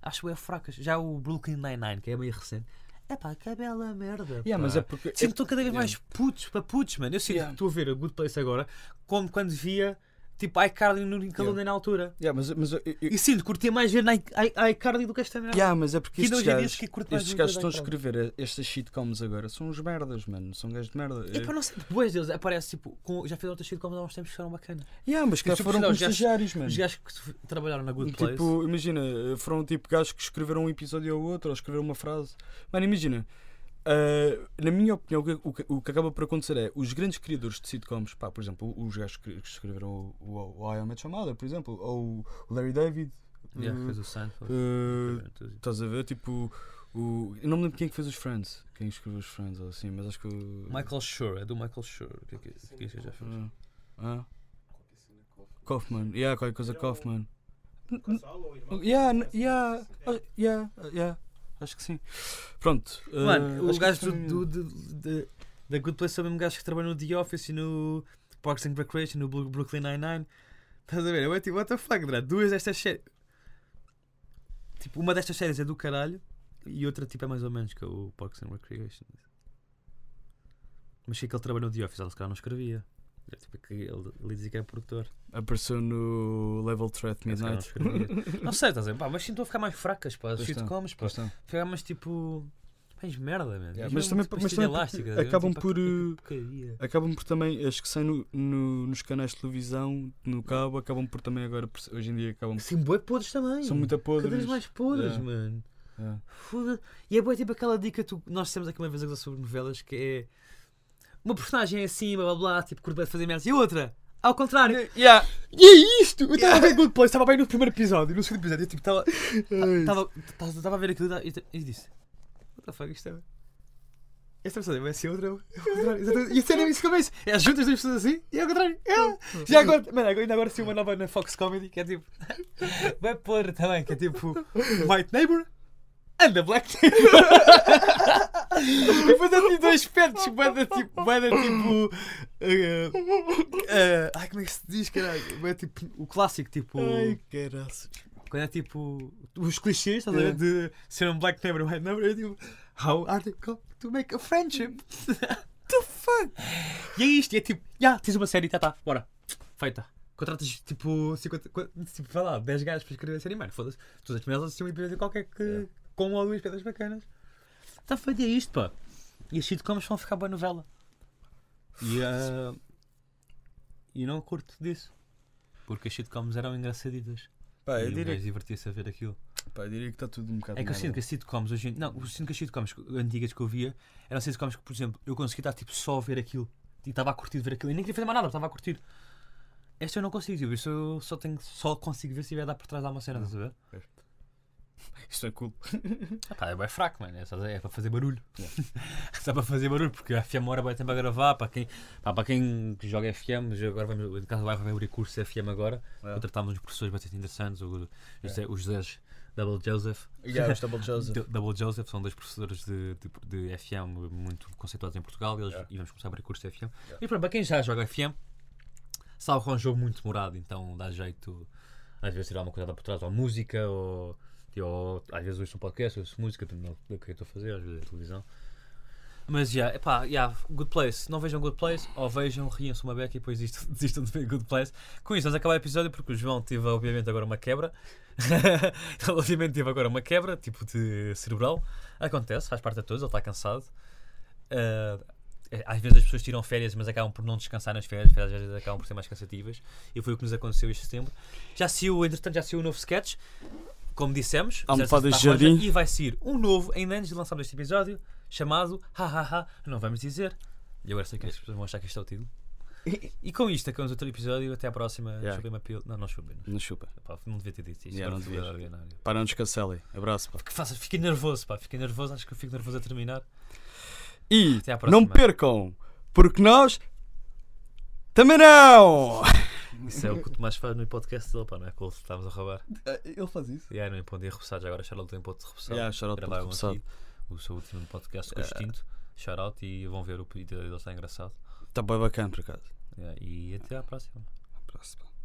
Speaker 3: Acho bué fracas. Já o Brooklyn Nine-Nine, que é meio recente. É pá, que bela merda.
Speaker 2: Yeah, mas
Speaker 3: pá.
Speaker 2: é porque.
Speaker 3: Sinto que estou cada vez mais putos para putos, mano. Eu sinto
Speaker 2: Yeah.
Speaker 3: que estou a ver a Good Place agora como quando via tipo iCarly no Nickelodeon na altura.
Speaker 2: Yeah, mas, mas eu- eu-
Speaker 3: E sinto, curtia mais ver na i- i- iCarly do que esta merda.
Speaker 2: Yeah, mas é porque
Speaker 3: Que
Speaker 2: estes
Speaker 3: hoje em dia
Speaker 2: gajos,
Speaker 3: que curto mais um
Speaker 2: estes
Speaker 3: do
Speaker 2: gajos
Speaker 3: que
Speaker 2: estão a
Speaker 3: Daytona.
Speaker 2: escrever eh, estas shitcoms agora são uns merdas, mano. São gajos de merda.
Speaker 3: E para não sei, depois deles aparece tipo, com- já fiz outras sitcoms há uns tempos que foram bacanas.
Speaker 2: Yeah, mas cá
Speaker 3: Tipo,
Speaker 2: foram
Speaker 3: não,
Speaker 2: como
Speaker 3: os gajos-
Speaker 2: estagiários, mano.
Speaker 3: Os gajos que se- trabalharam na Good Place.
Speaker 2: Tipo, imagina, foram tipo gajos que escreveram um episódio ou outro, ou escreveram uma frase. Mano, imagina, ah, na minha opinião, o que, o que- o que acaba por acontecer é os grandes criadores de sitcoms, pá, por exemplo, os gajos que que escreveram o, o, o I Am a Chamada, por exemplo, ou o Larry David.
Speaker 3: Yeah,
Speaker 2: eh,
Speaker 3: fez o Seinfeld.
Speaker 2: eh,
Speaker 3: Tudo.
Speaker 2: Estás a ver? Tipo, o... eu não me lembro quem é que fez os Friends. Quem escreveu os Friends ou assim, mas acho que. o-
Speaker 3: Michael Schur, é do Michael Schur. O que é que, o que é que já fez?
Speaker 2: Ah. Ah. Kaufman. Yeah, qualquer coisa Kaufman.
Speaker 4: Casal É ou irmão?
Speaker 2: Yeah, n- yeah, ah, yeah, ah, yeah. Acho que sim. Pronto. ah,
Speaker 3: Mano, o
Speaker 2: acho que uh,
Speaker 3: gajo
Speaker 2: foi-
Speaker 3: do, do- do- de- da Good Place é o mesmo gajo que trabalha no The Office e no Parks and Recreation, no Bru- Brooklyn Nine-Nine. Estás a ver? Eu é tipo, what the fuck, Dra? Duas destas séries. Tipo, uma destas séries é do caralho e outra tipo é mais ou menos que é o Parks and Recreation. Mas sei que ele trabalha no The Office, ele se calhar não escrevia. É tipo que ele, ele dizia que era produtor.
Speaker 2: Apareceu no Level Threat
Speaker 3: Ele se calhar
Speaker 2: Midnight.
Speaker 3: Não, escrevia. não sei, estás a ver? Pá, mas sinto a ficar mais fracas, pá. As
Speaker 2: Pois está,
Speaker 3: sitcoms, pá.
Speaker 2: Pois está.
Speaker 3: Ficar mais tipo. Tens merda, mano.
Speaker 2: Yeah,
Speaker 3: Tens
Speaker 2: mas
Speaker 3: mesmo,
Speaker 2: também-
Speaker 3: tipo,
Speaker 2: mas
Speaker 3: pastilha
Speaker 2: também
Speaker 3: elástica,
Speaker 2: acabam
Speaker 3: tipo,
Speaker 2: por,
Speaker 3: que-
Speaker 2: eh,
Speaker 3: que porcaria.
Speaker 2: Acabam por também, as que saem no, no- nos canais de televisão, no cabo, acabam por também agora, por- hoje em dia, acabam por.
Speaker 3: Sim, boi podres também.
Speaker 2: São muito
Speaker 3: Cada
Speaker 2: podres.
Speaker 3: vez mais podres,
Speaker 2: Yeah.
Speaker 3: mano.
Speaker 2: Yeah.
Speaker 3: Foda e é boa tipo aquela dica tu, nós temos aqui uma vez a falar sobre novelas que é uma personagem é assim, blá blá blá, tipo, curto bué de fazer merda, e outra, ao contrário.
Speaker 2: Yeah.
Speaker 3: E é isto! Eu estava a ver Good Place, estava bem no primeiro episódio, no segundo episódio, eu tipo, estava Estava estava a ver aquilo e ta- e disse: What the fuck, isto é. Esta pessoa vai ser outra. é o contrário, exatamente. E a cena é isso que eu penso. É as juntas das pessoas assim e é o contrário. É. Já agora, mano, agora- ainda agora sim uma nova na Fox Comedy que é tipo. Vai pôr também, que é tipo. White Neighbor and the Black Neighbor. e depois eu tive dois pets, banda tipo. Banda tipo. eh, eh, ai, como é que se diz, caralho? É tipo o clássico, tipo.
Speaker 2: Ai, caraças.
Speaker 3: Quando é tipo os clichês, estás a ver? De ser um black neighbor, white neighbor, é tipo How are they going to make a friendship? The fuck? E é isto, e é tipo, já, tens uma série, tá, tá, bora, feita. Contratas tipo 50, qua- tipo, vai lá, 10 gajos para escrever a série, mano, foda-se, todas as elas assistem um episódio qualquer que, com uma ou duas pedras bacanas. Está feito, e é isto, pá. E as sitcoms vão ficar boa novela. E, ah, e não curto disso. Porque as sitcoms eram engraçaditas.
Speaker 2: Pá,
Speaker 3: E
Speaker 2: Ah, eu
Speaker 3: o
Speaker 2: diria,
Speaker 3: gajo divertia-se a ver aquilo.
Speaker 2: pá, eu diria que está tudo um bocado.
Speaker 3: É que eu
Speaker 2: merda.
Speaker 3: sinto que as sitcoms hoje em Não, eu sinto que as sitcoms antigas que eu via eram sitcoms que, por exemplo, eu conseguia estar tipo, só a ver aquilo. E estava a curtir de ver aquilo. E nem queria fazer mais nada, estava a curtir. Esta eu não consigo, tipo, isto eu só, tenho, só consigo ver se tiver a dar por trás de alguma cena, estás a ver?
Speaker 2: Isto é cool.
Speaker 3: Ah, pá, é bem fraco, mano. É, só- é para fazer barulho. É só para fazer barulho, porque a FM hora vai tempo a gravar. Para quem, pá, para quem joga FM, já agora vamos, no caso vai vai abrir curso FM agora.
Speaker 2: É.
Speaker 3: Contratámos uns professores bastante interessantes, o, José, o José Double Joseph.
Speaker 2: Yeah, os Double Joseph.
Speaker 3: Du- Double Joseph são dois professores de, tipo, de, de FM muito conceituados em Portugal eles, e vamos começar a abrir curso de FM. E pronto, para quem já joga FM, sabe que é um jogo muito demorado, então dá jeito às vezes tirar uma coisa por trás, ou música, ou, ou às vezes ouço um podcast, ouço música, dependendo do que eu estou a fazer, às vezes é televisão. Mas já, yeah, epá, yeah, Good Place. Não vejam Good Place, ou vejam, riam-se uma beca e depois desistam, desistam de ver Good Place. Com isso, vamos acabar o episódio porque o João teve, obviamente, agora uma quebra. ele, obviamente, teve agora uma quebra, tipo de cerebral. Acontece, faz parte a todos, ele está cansado. Ah, é, às vezes as pessoas tiram férias, mas acabam por não descansar nas férias, as férias às vezes acabam por ser mais cansativas. E foi o que nos aconteceu este setembro. Já saiu, entretanto, já saiu o novo sketch, como dissemos.
Speaker 2: Almofadas de
Speaker 3: fizemos esta roja,
Speaker 2: jardim.
Speaker 3: E vai sair um novo, ainda antes de lançarmos este episódio, chamado Hahaha, não vamos dizer. E agora sei que as pessoas vão achar que este é o título. E com isto acabamos outro episódio. Até à próxima.
Speaker 2: Yeah.
Speaker 3: Chupem uma pila. Não, não chupem.
Speaker 2: Não chupa.
Speaker 3: Pá, não devia ter dito isto.
Speaker 2: Yeah,
Speaker 3: não
Speaker 2: não
Speaker 3: devia
Speaker 2: devias.
Speaker 3: ordinário.
Speaker 2: Pá, não nos cancelem. Abraço, pá.
Speaker 3: Que faça, fiquei nervoso, pá. Fiquei nervoso. Acho que eu fico nervoso a terminar.
Speaker 2: E
Speaker 3: Até à próxima.
Speaker 2: não percam, porque nós também não!
Speaker 3: Isso é o que o Tomás faz no podcast dele, pá. Não é que o estávamos a roubar.
Speaker 2: Ah, Ele faz isso.
Speaker 3: E aí, não é empondi a repousar. Já agora, Charlotte tem um ponto de Ah. repousar.
Speaker 2: Yeah, shout-out para
Speaker 3: Gravaram
Speaker 2: o pessoal.
Speaker 3: aqui o seu último podcast com o Extinto. Shout out e vão ver o pedido dele. Está engraçado.
Speaker 2: Está bem bacana, Tá por acaso.
Speaker 3: Yeah, E até à próxima.
Speaker 2: Abraço, pá.